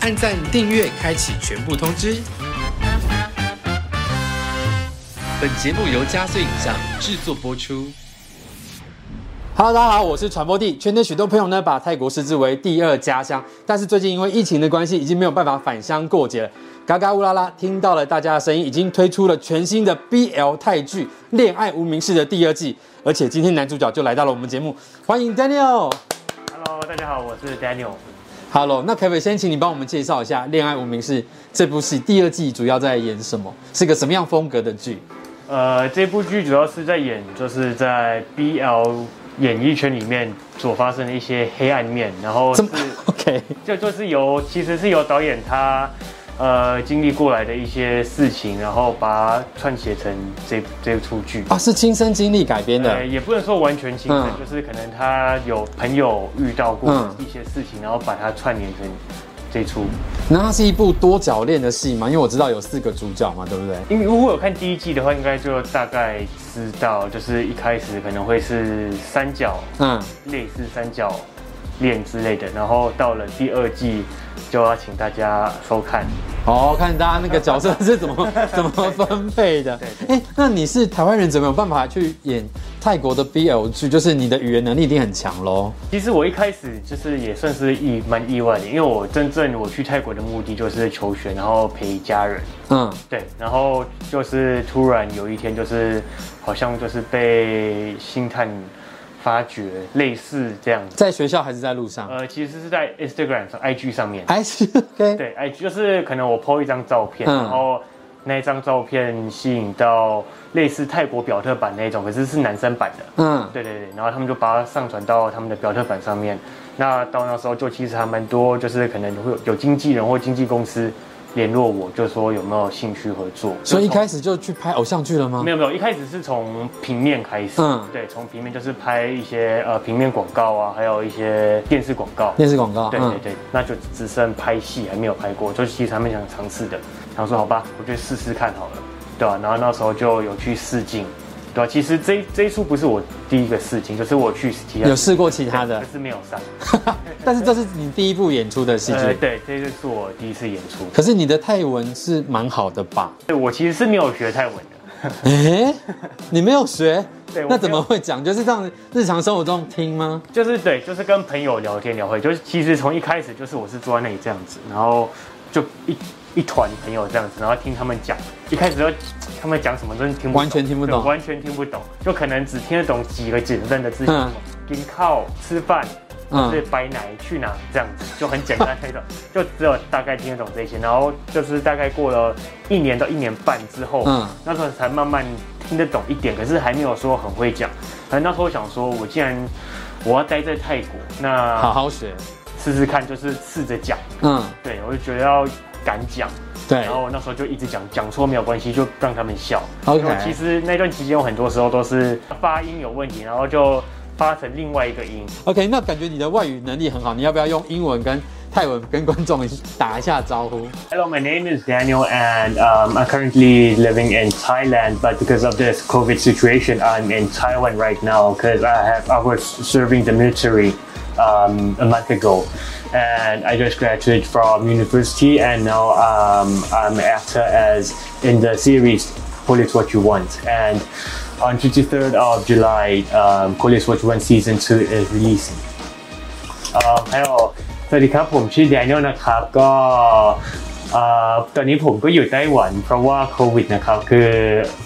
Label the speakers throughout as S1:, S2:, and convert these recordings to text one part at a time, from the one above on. S1: 按赞、订阅、开启全部通知。本节目由加岁影像制作播出。Hello，大家好，我是传播帝。圈内许多朋友呢，把泰国视之为第二家乡，但是最近因为疫情的关系，已经没有办法返乡过节了。嘎嘎乌拉拉听到了大家的声音，已经推出了全新的 BL 泰剧《恋爱无名氏》的第二季，而且今天男主角就来到了我们节目，欢迎 Daniel。
S2: Hello，大家好，我是 Daniel。
S1: Hello，那可不可以先请你帮我们介绍一下《恋爱无名氏》这部戏第二季主要在演什么？是个什么样风格的剧？
S2: 呃，这部剧主要是在演，就是在 BL 演艺圈里面所发生的一些黑暗面，然后
S1: 这么
S2: 是
S1: OK？
S2: 就就是由其实是由导演他呃经历过来的一些事情，然后把它串写成这这出剧。
S1: 啊，是亲身经历改编的
S2: 呃，。也不能说完全亲身，
S1: 嗯
S2: 就是可能他有朋友遇到过
S1: 嗯
S2: 一些事情，然后把它串联成这出。
S1: 那它是一部多角恋的戏嘛？因为我知道有四个主角嘛，对不对？
S2: 因为如果有看第一季的话，应该就大概知道，就是一开始可能会是三角，
S1: 嗯，
S2: 类似三角恋之类的，然后到了第二季就要请大家收看。
S1: 好、看大家那个角色是怎 么怎么分配的
S2: 对。
S1: 哎、那你是台湾人，怎么有办法去演泰国的 BL 剧？就是你的语言能力一定很强喽。
S2: 其实我一开始就是也算是意蛮意外的，因为我真正我去泰国的目的就是求学，然后陪家人。
S1: 嗯，
S2: 对，然后就是突然有一天，就是好像就是被星探发掘，类似这样子。
S1: 在学校还是在路上？
S2: 呃，其实是在 Instagram 上 IG 上面。
S1: 还是 OK？
S2: 对，哎，就是可能我 PO 一张照片，
S1: 嗯
S2: 然后那一张照片吸引到类似泰国表特版那种，可是是男生版的。
S1: 嗯，
S2: 对对对，然后他们就把它上传到他们的表特版上面。那到那时候就其实还蛮多，就是可能会有有经纪人或经纪公司联络我，就说有没有兴趣合作。
S1: 所以一
S2: 就从
S1: 开始就去拍偶像剧了吗
S2: 没？有没有，一开始是从平面开始，
S1: 嗯
S2: 对，从平面就是拍一些呃平面广告啊，还有一些电视广告，
S1: 电视广告。嗯
S2: 对对对，那就只剩拍戏还没有拍过，就是其实还蛮想尝试的，想说好吧，我就试试看好了，对吧、然后那时候就有去试镜，对吧、其实这这一出不是我第一个试镜，就是我去其他
S1: 有试过其他的
S2: 可，是没有上，
S1: 但是这是你第一部演出的戏
S2: 呃，
S1: 剧。
S2: 对，这就是我第一次演出。
S1: 可是你的泰文是蛮好的 吧？
S2: 对，我其实是没有学泰文的，
S1: 哎，你没有学
S2: 对，我
S1: 那怎么会讲？就是这样日常生活中听吗？
S2: 就是对，就是跟朋友聊天聊会，就是其实从一开始就是我是坐在那里这样子，然后就一一团朋友这样子，然后听他们讲，一开始就他们讲什么真的听不懂
S1: 完全听不懂
S2: 对完全听不懂，就可能只听得懂几个简单的字，
S1: 嗯
S2: 紧靠吃饭。
S1: 嗯
S2: 是白奶去哪这样子，就很简 单那种，就只有大概听得懂这些，然后就是大概过了一年到一年半之后，
S1: 嗯
S2: 那时候才慢慢听得懂一点，可是还没有说很会讲。反正那时候想说，我既然我要待在泰国，
S1: 好
S2: 那
S1: 好学。
S2: 试试看，就是试着讲。
S1: 嗯，
S2: 对，我就觉得要敢讲，
S1: 对
S2: 然。后那时候就一直讲，讲错没有关系，就让他们笑。
S1: OK
S2: 因为其实那段期间，我很多时候都是发音有问题，然后就发成另外一个音。
S1: OK，那感觉你的外语能力很好，你要不要用英文跟泰文跟观众打一下招呼？
S2: Hello, my name is Daniel, and um, I'm currently living in Thailand. But because of this COVID situation, I'm in Taiwan right now because I have I was serving the military um, a month ago, and I just graduated from university, and now um, I'm an actor as in the series "Call It What You Want." And on 23rd of July, um, "Call It What You Want" season two is releasing. เอ่อฮัลโหลสวัสดีครับ ผมชื่อแดเนียลนะครับ ก็เอ่อตอนนี้ผมก็อยู่ไต้หวัน เพราะว่าโควิดนะครับ คือ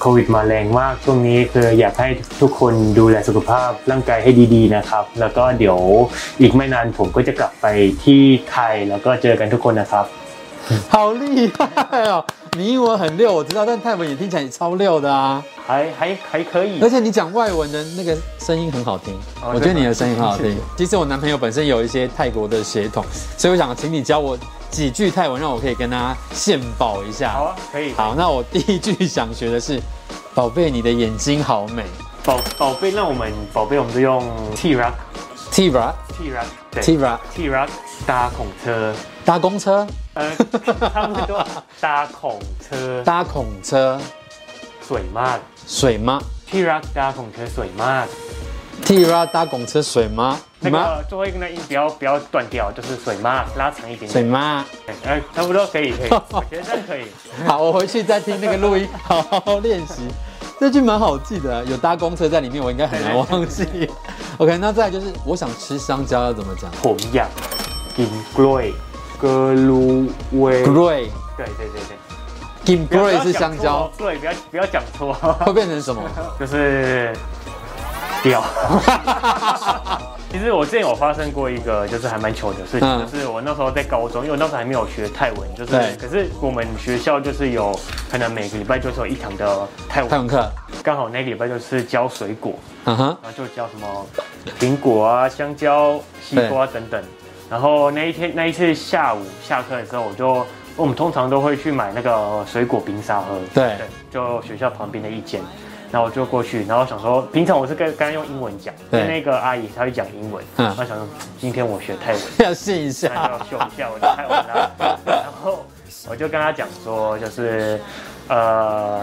S2: โควิดมาแรงมากช่วงนี้คืออยากให้ทุกคนดูแลสุขภาพร่างกายให้ดีๆนะครับ แล้วก็เดี๋ยวอีกไม่นานผมก็จะกลับไปที่ไทยแล้วก็เจอกันทุกคนนะครับ
S1: 好厉害哦！你英文很溜，我知道，但泰文也听起来也超溜的啊！
S2: 还还还可 以
S1: 而且你讲外文的那个声音很好听，
S2: 哦
S1: 我觉得
S2: 真的
S1: 你的声音很好
S2: 谢
S1: 听
S2: 谢。
S1: 其实我男朋友本身有一些泰国的血统，所以我想请你教我几句泰文，让我可以跟他献宝一下。
S2: 好啊可以
S1: 好，那我第一句想学的是“宝贝，你的眼睛好美
S2: 宝宝贝那我们宝贝我们就用 T Rock
S1: ”，Tira
S2: T Rock 对
S1: Tira，
S2: T Rock 搭孔车
S1: 搭公车，
S2: 呃他们都搭孔车
S1: 搭孔车，
S2: สวยมาก
S1: 水吗
S2: ที่รักดาวของเธอสวยมาก
S1: ？Tira 搭孔车水吗？
S2: 那
S1: 你妈
S2: 个最后一个那音不要不要断掉，就是水妈拉长一点
S1: 水
S2: 点，
S1: 妈。
S2: 哎，差不多可以可以，我觉得这样可以。
S1: 好，我回去再听那个录 音，好好练习。这句蛮好记的，有搭公车在里面，我应该很难忘记。OK，那 再来就是我想吃香蕉要怎么讲
S2: ผมอยากกินกล้วยกลูเว
S1: ？Gray，
S2: 对对对对
S1: Kim
S2: 不要不要
S1: Gray 是
S2: 讲
S1: 香
S2: 错
S1: 蕉
S2: 哦，对，不要不要讲错，
S1: 会变成 什么？
S2: 就是 掉。其实我之前有发生过一个就是还蛮糗的事情，
S1: 嗯
S2: 就是我那时候在高中，因为我那时候还没有学泰文，就是
S1: 对
S2: 可是我们学校就是有可能每个礼拜就是有一堂的泰
S1: 泰文
S2: 文，
S1: 课，
S2: 刚好那个礼拜就是教水果，
S1: 嗯哼，
S2: 然后就教什么苹果啊、香蕉、西瓜等等。然后那一天那一次下午下课的时候，我就我们通常都会去买那个水果冰沙喝，
S1: 对
S2: 就学校旁边的一间。然后我就过去，然后想说，平常我是跟刚刚用英文讲，
S1: 对
S2: 跟那个阿姨她会讲英文，
S1: 嗯
S2: 然后想说今天我学 泰文，
S1: 要信一
S2: 那就
S1: 下
S2: 要。秀一下我的泰文 啦。然后我就跟她讲说，就是呃，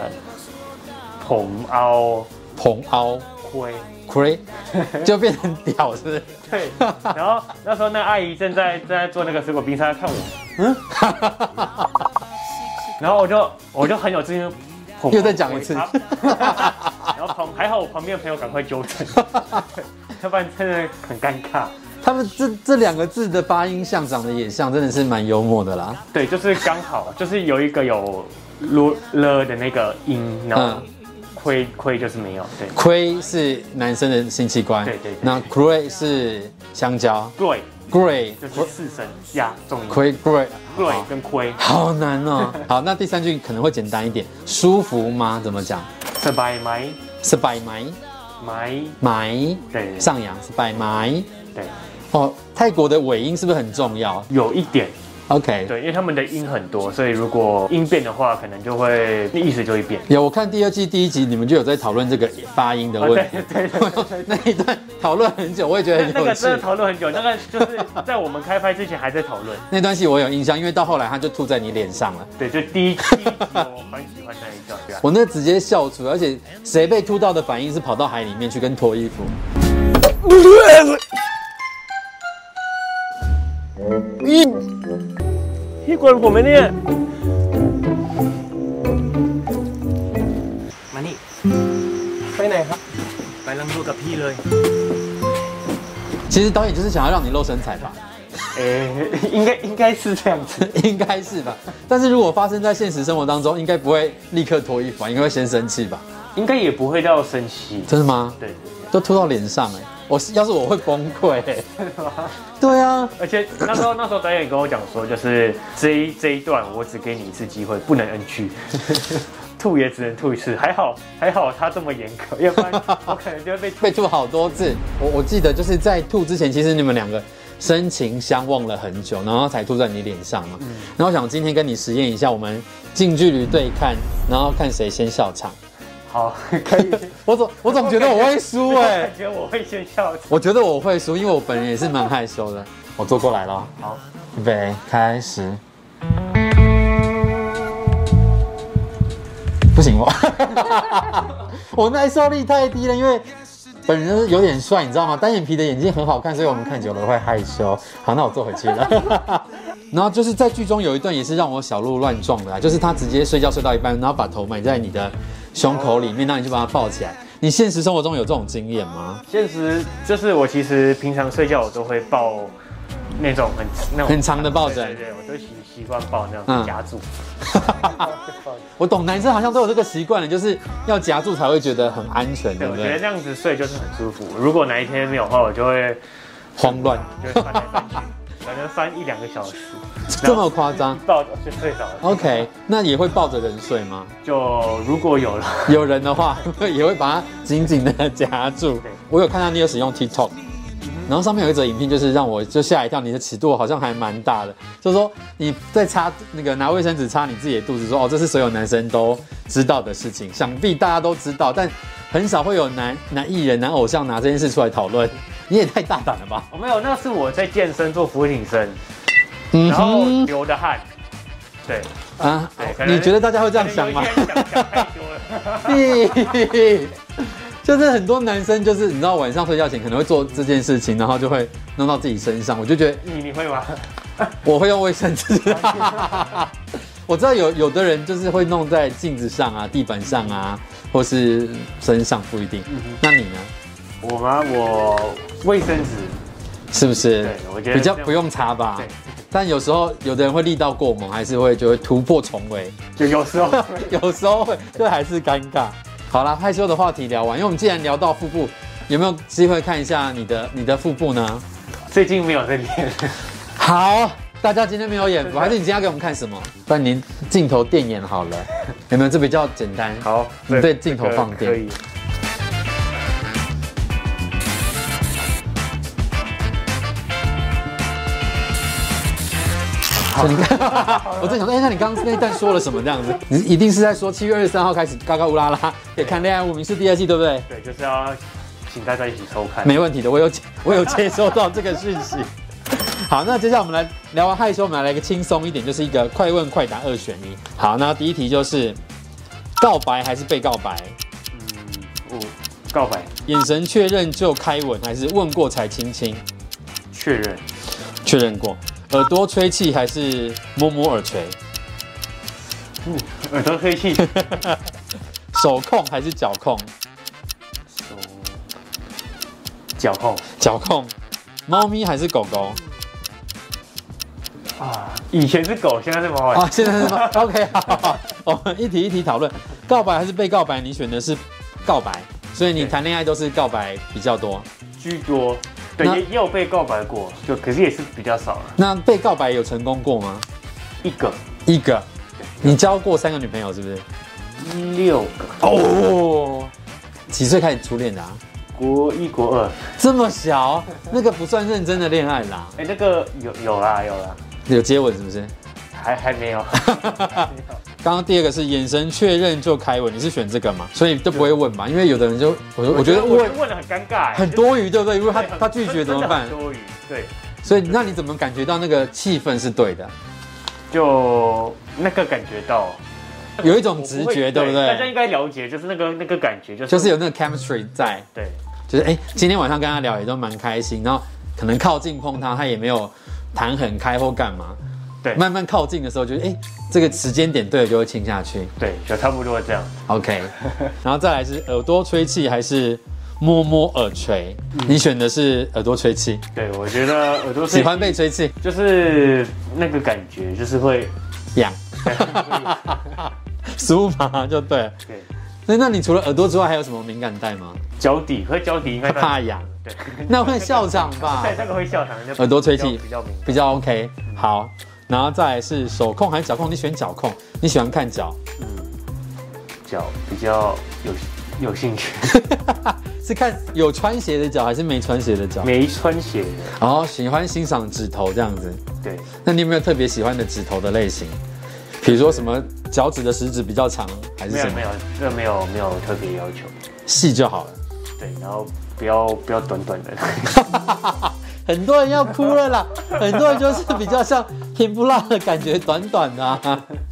S2: ผมเอา
S1: 红凹
S2: 灰
S1: Gray 就变成屌，是不是？
S2: 对，然后那时候那阿姨正在正在做那个水果冰沙，她看我，然后我就我就很有自信，砰
S1: 又再讲一次
S2: 回她 然后旁还好我旁边的朋友赶快纠正， 要不然真的很尴尬。
S1: 他们这这两个字的发音像，长得也像，真的是蛮幽默的啦。
S2: 对，就是刚好就是有一个有了了的那个音，然
S1: 嗯
S2: 后亏亏就是没有，对
S1: Gray 是男生的性器官，
S2: 对对对
S1: 那 Gray 是香蕉
S2: 对，
S1: ，Gray
S2: 就是四声呀，重音，
S1: Gray Gray
S2: 对跟亏，
S1: 好难 哦。好，那第三句可能会简单一点，舒服吗？怎么讲？
S2: สบายไหม
S1: 是百埋
S2: ไหม
S1: 埋
S2: 对
S1: 上扬是百埋
S2: 对，
S1: 哦。泰国的尾音是不是很重要
S2: 有一点。
S1: ？OK，
S2: 对，因为他们的音很多，所以如果音变的话，可能就会意思就会变。
S1: 有，我看第二季第一集，你们就有在讨论这个发音的问题。
S2: 啊对对对对
S1: 那一段讨论很久，我也觉得很
S2: 那
S1: 有
S2: 个真的
S1: 趣。
S2: 讨论很久，那个就是在我们开拍之前还在讨论。
S1: 那段戏我有印象，因为到后来他就吐在你脸上了，
S2: 对，就第一第一集我蛮喜欢那一段，对啊。
S1: 我那直接笑出来，而且谁被吐到的反应是跑到海里面去跟脱衣服。
S2: 屁股我们呢？
S3: มานี่
S2: ไปไหนครับ
S3: ไปลองดูกับพี่เลย
S1: 其实导演就是想要让你露身材吧，
S2: 哎、应该应该是这样子。
S1: 应该是吧？但是如果发生在现实生活当中，应该不会立刻脱衣服、啊，应该会先生气吧？
S2: 应该也不会到生气。
S1: 真的吗？
S2: 对对
S1: 都吐到脸上哎、我是要是我会崩溃、欸。
S2: 对。
S1: 对啊，
S2: 而且那时候那时候导演也跟我讲说，就是这一这一段我只给你一次机会，不能 NG，吐也只能吐一次。还好还好他这么严格，要不然我可能就会被
S1: 被吐好多次。我我记得就是在吐之前，其实你们两个深情相望了很久，然后才吐在你脸上嘛。然后想今天跟你实验一下，我们近距离对看，然后看谁先笑场。
S2: 好可以。
S1: 我总我总觉得我会输哎、
S2: 感觉我会先笑。
S1: 我觉得我会输，因为我本人也是蛮害羞的。我坐过来了，
S2: 好，
S1: 预备开始。不行，我 我耐受力太低了，因为本人就是有点帅，你知道吗？单眼皮的眼睛很好看，所以我们看久了会害羞。好，那我坐回去了。 然后就是在剧中有一段也是让我小鹿乱撞的、啊，就是他直接睡觉睡到一半，然后把头埋在你的胸口里面，那你就把它抱起来。你现实生活中有这种经验吗？
S2: 现实就是我其实平常睡觉我都会抱那种很那种
S1: 很长的抱
S2: 对对
S1: 枕。
S2: 对，我都习习惯抱那
S1: 嗯啊
S2: 种夹住。
S1: 我懂，男生好像都有这个习惯了，就是要夹住才会觉得很安全，对
S2: 对，我
S1: 不
S2: 觉得
S1: 对
S2: 这？样子睡就是很舒服。如果哪一天没有的话，我就会
S1: 慌乱，
S2: 就会翻来翻去，可能翻一两个小时，
S1: 这么夸张
S2: 抱着就睡着了。
S1: ？OK，那也会抱着人睡吗？
S2: 就如果有了，
S1: 有人的话，也会把它紧紧的夹住
S2: 对。嗯
S1: 我有看到你有使用 TikTok，然后上面有一则影片，就是让我就吓一跳，你的尺度好像还蛮大的，就是说你在擦那个拿卫生纸擦你自己的肚子说哦，这是所有男生都知道的事情，想必大家都知道，但很少会有男男艺人、男偶像拿这件事出来讨论。你也太大胆了吧！
S2: 我没有，那是我在健身做俯卧撑，
S1: 嗯
S2: 然后
S1: 哼
S2: 流的汗。对，
S1: 啊
S2: 哎对可，能
S1: 你觉得大家会这样想吗？
S2: 可能有一些人想想太多了。
S1: 屁 就是很多男生就是你知道晚上睡觉前可能会做这件事情，然后就会弄到自己身上，我就觉得
S2: 你你会吗？
S1: 我会用卫生纸。我知道有有的人就是会弄在镜子上啊、地板上啊，或是身上，不一定。
S2: 嗯
S1: 那你呢？
S2: 我吗？我卫生纸，
S1: 是不是？
S2: 对我觉得
S1: 比较
S2: 这样
S1: 不用擦吧
S2: 对。
S1: 但有时候有的人会力道过猛，还是会就会突破重围，
S2: 就有时候
S1: 有时候会这还是尴尬。好啦，害羞的话题聊完，因为我们既然聊到腹部，有没有机会看一下你的你的腹部呢？
S2: 最近没有在 练。
S1: 好，大家今天没有演，还是你今天要给我们看什么？不然您镜头电演好了， 有没有？这比较简单。
S2: 好，
S1: 你对镜头放
S2: 这个可
S1: 电。
S2: 以。
S1: 所以你看， 我正想说，哎、那你刚刚那一段说了什么？这样子，你一定是在说七月二十三号开始嘎嘎乌拉拉可以看《恋爱无名氏》第二季，对不对？
S2: 对，就是要请大家一起收看。
S1: 没问题的，我有接我有接收到这个讯息。好，那接下来我们来聊完害羞，我们来来一个轻松一点，就是一个快问快答二选一。好，那第一题就是告白还是被告白？
S2: 我嗯哦告白
S1: 眼神确认就开吻，还是问过才亲亲？
S2: 确认
S1: 确认过。耳朵吹气还是摸摸耳垂？嗯
S2: 嗯耳朵吹气，
S1: 手控还是脚控？
S2: 手哦脚控
S1: 脚控。猫咪还是狗狗？
S2: 啊，以前是狗，现在是猫哎
S1: 啊，现在是吗？OK，好好，我们一题一题讨论。告白还是被告白？你选的是告白，所以你
S2: 对
S1: 谈恋爱都是告白比较多。
S2: 居多。对，
S1: 那
S2: 也也有被告白过，就可是也是比较少了，
S1: 那被告白有成功过吗？
S2: 一个
S1: 一个。你交过三个女朋友是不是？
S2: 六个，
S1: 哦，几岁开始初恋的啊？
S2: 国一国二，
S1: 这么小，那个不算认真的恋爱啦。
S2: 哎，那个有有啦有啦，
S1: 有接吻是不是？
S2: 还还 没有，
S1: 刚刚第二个是眼神确认就开吻，你是选这个吗？所以都不会问吧？因为有的人就我我觉得
S2: 我
S1: 问
S2: 问的很尴尬，哎
S1: 很多余，对不对？因为他
S2: 对很
S1: 他拒绝怎么办
S2: 真的？很多余，对，
S1: 所以那你怎么感觉到那个气氛是对的？
S2: 就那个感觉到
S1: 有一种直觉，对不
S2: 大家
S1: 对？
S2: 应该了解，就是那个那个感觉，就是
S1: 就是有那个 chemistry 在，
S2: 对，
S1: 就是哎、诶今天晚上跟他聊也都蛮开心，然后可能靠近碰他，他也没有谈很开或干嘛。
S2: 对
S1: 慢慢靠近的时候，觉得哎、诶这个时间点对了，就会亲下去。
S2: 对，就差不多这样。
S1: OK，然后再来是耳朵吹气还是摸摸耳垂？你选的是耳朵嗯吹气，
S2: 对，我觉得 耳朵是
S1: 喜欢被，吹气
S2: 就是那个感觉，就是会，
S1: 痒，舒麻就对了。
S2: 对，
S1: 那那你除了耳朵之外，还有什么敏感带吗？
S2: 脚底和脚底应 该
S1: 怕痒，
S2: 对，
S1: 那会笑场吧
S2: 对，那个会笑场，就
S1: 耳朵吹气
S2: 比较明，
S1: 比较 OK。好，然后再来是手控还是脚控？你选脚控，你喜欢看脚，
S2: 脚比较有有兴趣，
S1: 是看有穿鞋的脚还是没穿鞋的脚？
S2: 没穿鞋的，
S1: 然后喜欢欣赏指头这样子。
S2: 对，
S1: 那你有没有特别喜欢的指头的类型？比如说什么脚趾的食指比较长，还是
S2: 没
S1: 什
S2: 有
S1: 么
S2: 没有，这没有没有特别要求，
S1: 细就好了？
S2: 对，然后不要不要短短的，
S1: 很多人要哭了啦，很多人就是比较像甜不辣的感觉，短短的、啊。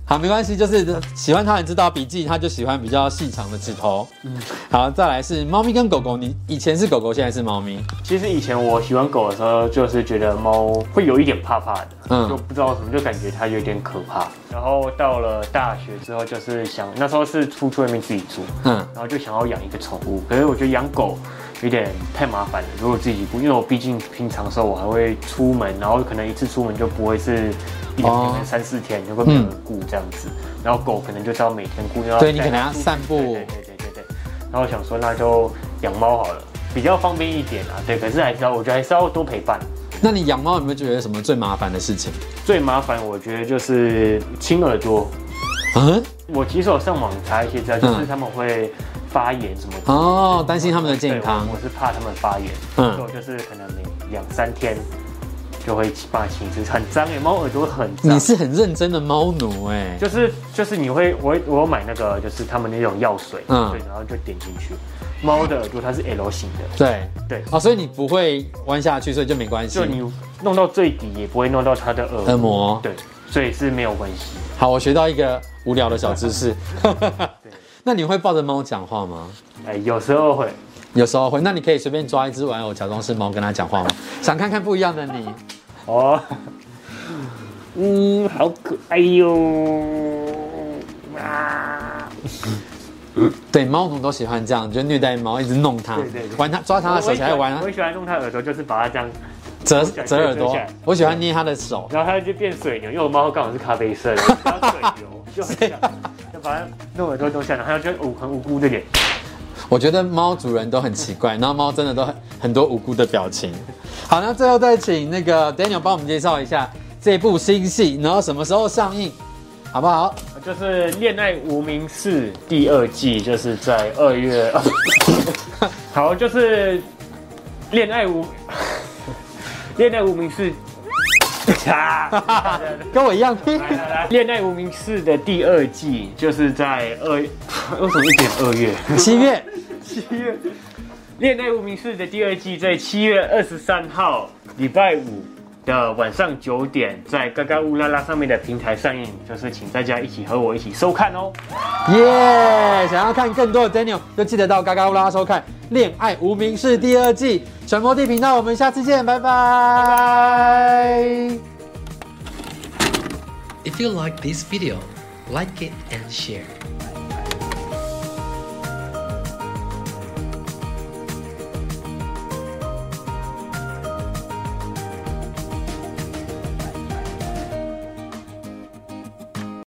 S1: 好，没关系，就是喜欢他人知道笔记，他就喜欢比较细长的指头。嗯，好，再来是猫咪跟狗狗，你以前是狗狗，现在是猫咪，
S2: 其实以前我喜欢狗的时候，就是觉得猫会有一点怕怕的，
S1: 嗯
S2: 就不知道什么，就感觉它有点可怕。然后到了大学之后，就是想那时候是出去外面自己住，
S1: 嗯，
S2: 然后就想要养一个宠物，可是我觉得养狗有点太麻烦了。如果自己不，因为我毕竟平常的时候我还会出门，然后可能一次出门就不会是一嗯两天、
S1: 哦
S2: 可能三四天，就会没有人顾这样子。然后狗可能就是要每天顾，要
S1: 对你
S2: 带
S1: 可能
S2: 它
S1: 要
S2: 出去
S1: 散步
S2: 对对对对对。然后想说那就养猫好了，比较方便一点啊。对，可是还是要，我觉得还是要多陪伴。
S1: 那你养猫有没有觉得什么最麻烦的事情？
S2: 最麻烦我觉得就是亲耳朵，
S1: 嗯，
S2: 我其实有上网查一些资料，就是
S1: 嗯
S2: 他们会发炎什么的。
S1: 哦，担心它们的健康
S2: 对。我我是怕他们发炎，
S1: 嗯
S2: 嗯，所以我就是可能每两三天就会把它清一次，很脏诶，猫耳朵很脏。
S1: 你是很认真的猫奴哎、
S2: 就是就是你会，我会我有买那个就是他们那种药水，
S1: 嗯
S2: 嗯，对，然后就点进去。猫的耳朵它是 L 型的，
S1: 对
S2: 对
S1: 哦，所以你不会弯下去，所以就没关系
S2: 就。你弄到最底也不会弄到它的耳
S1: 耳膜
S2: 对，所以是没有关系。
S1: 好，我学到一个无聊的小知识。那你会抱着猫讲话吗？
S2: 哎，有时候会，
S1: 有时候会。那你可以随便抓一只玩偶，假装是猫跟它讲话吗？想看看不一样的你。
S2: 哦，嗯，好可爱哟、啊！
S1: 对，猫奴都喜欢这样，就虐待猫，一直弄它，
S2: 对对对
S1: 玩它，抓它的手，
S2: 我也
S1: 起
S2: 喜
S1: 来
S2: 欢
S1: 啊玩
S2: 我
S1: 它，
S2: 也喜欢弄它耳朵，就是把它这样，
S1: 折
S2: 喜欢
S1: 折耳
S2: 折
S1: 朵
S2: 起来。
S1: 我喜欢捏它的手，
S2: 然后它就变水牛，因为我猫刚好是咖啡色的，然后水牛就很像，就把它弄耳朵弄下来，然后它就无很无辜的脸。
S1: 我觉得猫主人都很奇怪，然后猫真的都很很多无辜的表情。好，那最后再请那个 Daniel 帮我们介绍一下这部新戏，然后什么时候上映，好不好？
S2: 就是《恋爱无名氏》第二季，就是在二月。哦 好，就是《恋爱无 恋爱无名氏》 啊。
S1: 跟我一样。
S2: 来来来，《恋爱无名氏》的第二季就是在二， 为什么一点二月？
S1: 七月
S2: 七月，《恋爱无名氏》的第二季在七月二十三号礼拜五的晚上九点，在嘎嘎乌拉拉上面的平台上映，就是请大家一起和我一起收看哦。
S1: 耶想要看更多的 Daniel，就记得到嘎嘎乌拉收看《恋爱无名氏》第二季。传播地频道，我们下次见，拜拜
S3: If you like this video, like it and share.